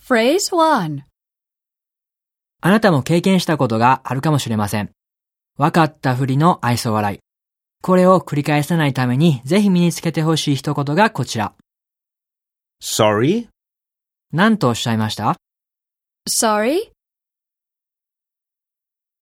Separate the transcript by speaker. Speaker 1: Phrase 1.
Speaker 2: あなたも経験したことがあるかもしれません。分かったふりの愛想笑い。これを繰り返さないためにぜひ身につけてほしい一言がこちら。
Speaker 3: Sorry?
Speaker 2: 何とおっしゃいました
Speaker 1: Sorry?